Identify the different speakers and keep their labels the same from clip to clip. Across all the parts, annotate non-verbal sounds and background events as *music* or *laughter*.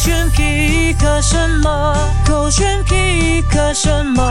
Speaker 1: 选皮克什么？狗选皮克什么？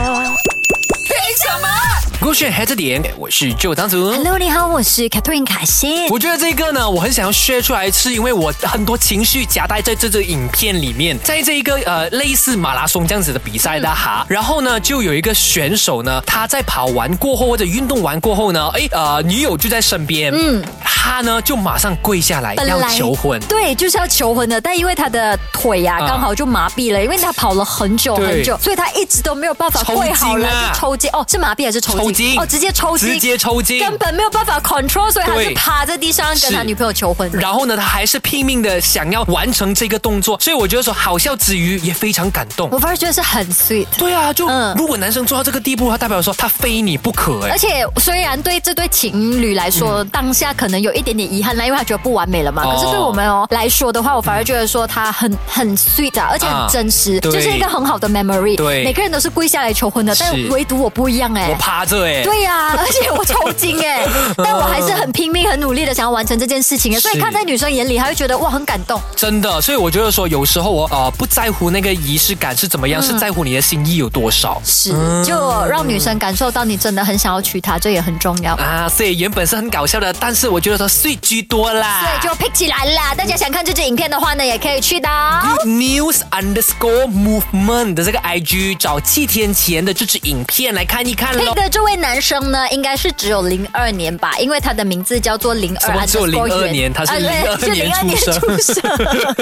Speaker 2: 勾选 head 点，我是旧当主。
Speaker 3: Hello，你好，我是 Catherine 凯欣。
Speaker 2: 我觉得这个呢，我很想要 share 出来，是因为我很多情绪夹带在这这影片里面，在这一个呃类似马拉松这样子的比赛的哈，然后呢，就有一个选手呢，他在跑完过后或者运动完过后呢，哎呃女友就在身边，嗯，他呢就马上跪下来要求婚。
Speaker 3: 对，就是要求婚的，但因为他的腿呀、
Speaker 2: 啊
Speaker 3: 刚好就麻痹了，因为他跑了很久
Speaker 2: 对
Speaker 3: 很久，所以他一直都没有办法
Speaker 2: 抽
Speaker 3: 跪好了
Speaker 2: 筋啊
Speaker 3: 就抽筋。哦，是麻痹还是抽筋？
Speaker 2: 抽筋
Speaker 3: 哦，直接抽筋，
Speaker 2: 直接抽筋
Speaker 3: 根本没有办法 control，所以他
Speaker 2: 对
Speaker 3: 是趴在地上跟他
Speaker 2: 是
Speaker 3: 女朋友求婚的。
Speaker 2: 然后呢，他还是拼命的想要完成这个动作，所以我觉得说好笑之余也非常感动
Speaker 3: 我。反而觉得是很 sweet。
Speaker 2: 对啊，就、
Speaker 3: 嗯
Speaker 2: 如果男生做到这个地步，他代表说他非你不可哎、
Speaker 3: 而且虽然对这对情侣来说，当下可能有一点点遗憾啦，因为他觉得不完美了嘛。
Speaker 2: 哦
Speaker 3: 可是对我们哦来说的话，我反而觉得说他很很 sweet 啊，而且
Speaker 2: 啊
Speaker 3: 很真实，
Speaker 2: 对
Speaker 3: 就是一个很好的 memory。
Speaker 2: 对
Speaker 3: 每个人都是跪下来求婚的，但
Speaker 2: 是
Speaker 3: 唯独我不一样哎、
Speaker 2: 我趴着哎、
Speaker 3: 对呀、 *laughs* 而且我抽筋哎、
Speaker 2: *laughs*
Speaker 3: 但我还是很拼命、很努力的想要完成这件事情哎，所以
Speaker 2: 是
Speaker 3: 看在女生眼里，她会觉得哇很感动。
Speaker 2: 真的，所以我觉得说，有时候我呃不在乎那个仪式感是怎么样，
Speaker 3: 嗯
Speaker 2: 是在乎你的心意有多少。
Speaker 3: 是，
Speaker 2: 嗯
Speaker 3: 就让女生感受到你真的很想要娶她，这也很重要。
Speaker 2: 啊，所以原本是很搞笑的，但是我觉得说睡居多啦。
Speaker 3: 对，就 pick 起来啦！大家想看这支影片的话呢，也可以去到。
Speaker 2: Good News Underscore Movement 的这个 IG 找七天前的这支影片来看一看喽
Speaker 3: pick。的这位男生呢，应该是只有零二年吧，因为他的名字叫做零
Speaker 2: 怎
Speaker 3: 二
Speaker 2: 么，只有02年他是
Speaker 3: 啊
Speaker 2: 02
Speaker 3: 对
Speaker 2: 年
Speaker 3: *laughs* 是02
Speaker 2: 出生
Speaker 3: 出生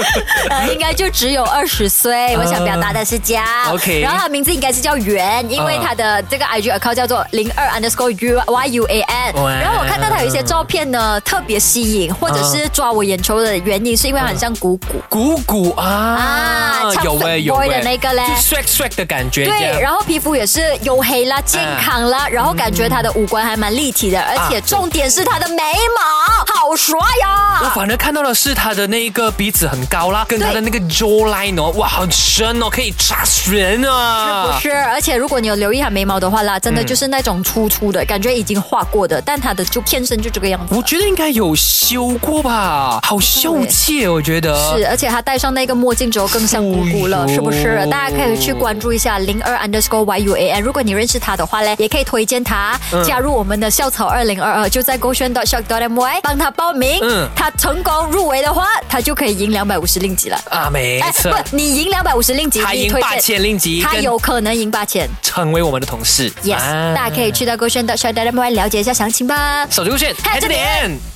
Speaker 3: *laughs* 呃应该就只有二十岁。我想表达的是这样。
Speaker 2: 嗯 OK 嗯
Speaker 3: 然后他名字应该是叫袁，因为他的这个 IG account 叫做零二 underscore u y u a n。
Speaker 2: 哇
Speaker 3: 然后我看到他有一些照片呢，特别吸引，或者
Speaker 2: 嗯
Speaker 3: 是抓我眼球的原因，是因为他很像谷谷。
Speaker 2: 鼓鼓啊
Speaker 3: 啊，唱
Speaker 2: 有哎
Speaker 3: Fat
Speaker 2: 有哎，
Speaker 3: Boy 的那个嘞
Speaker 2: 就 swag swag 的感觉。这
Speaker 3: 对，
Speaker 2: 样嗯
Speaker 3: 然后皮肤也是黝黑啦、健康啦，然后感觉她的五官还蛮立体的，而
Speaker 2: 啊
Speaker 3: 且重点是她的眉毛好刷
Speaker 2: 我
Speaker 3: 呀！
Speaker 2: 反而看到的是他的那个鼻子很高啦，跟
Speaker 3: 对
Speaker 2: 他的那个 jaw line 哦，哇，很深哦，可以扎死人啊！
Speaker 3: 不是，而且如果你有留意她眉毛的话啦，真
Speaker 2: 嗯
Speaker 3: 的就是那种粗粗的、感觉已经画过的，但她的就天生就这个样子
Speaker 2: 我。觉得应该有修过吧，好羞怯，我觉得。
Speaker 3: 是，而且她戴上那个墨镜之后更像姑姑了，
Speaker 2: 啊哎呦
Speaker 3: 是不是？大家可以去关注一下零二 underscore y u a n，如果你认识她的话嘞，也可以推荐她
Speaker 2: 嗯
Speaker 3: 加入我们的校草二零二二，就在勾选 dot shop dot my 帮她报名。
Speaker 2: 嗯
Speaker 3: 她成功入围的话，她就可以赢两百五十令吉了。
Speaker 2: 啊，没
Speaker 3: 哎，
Speaker 2: 错，
Speaker 3: 不，你赢两百五十令吉，
Speaker 2: 他
Speaker 3: 你
Speaker 2: 赢
Speaker 3: 推
Speaker 2: 八
Speaker 3: 荐。
Speaker 2: 千令吉，
Speaker 3: 他
Speaker 2: 跟
Speaker 3: 有可能赢八千
Speaker 2: 成为我们的同事。
Speaker 3: ，yes，、
Speaker 2: 啊
Speaker 3: 大家可以去到勾选 dot shop dot my 了解一下详情吧。
Speaker 2: 手机勾选，
Speaker 3: 还有这边
Speaker 2: 点。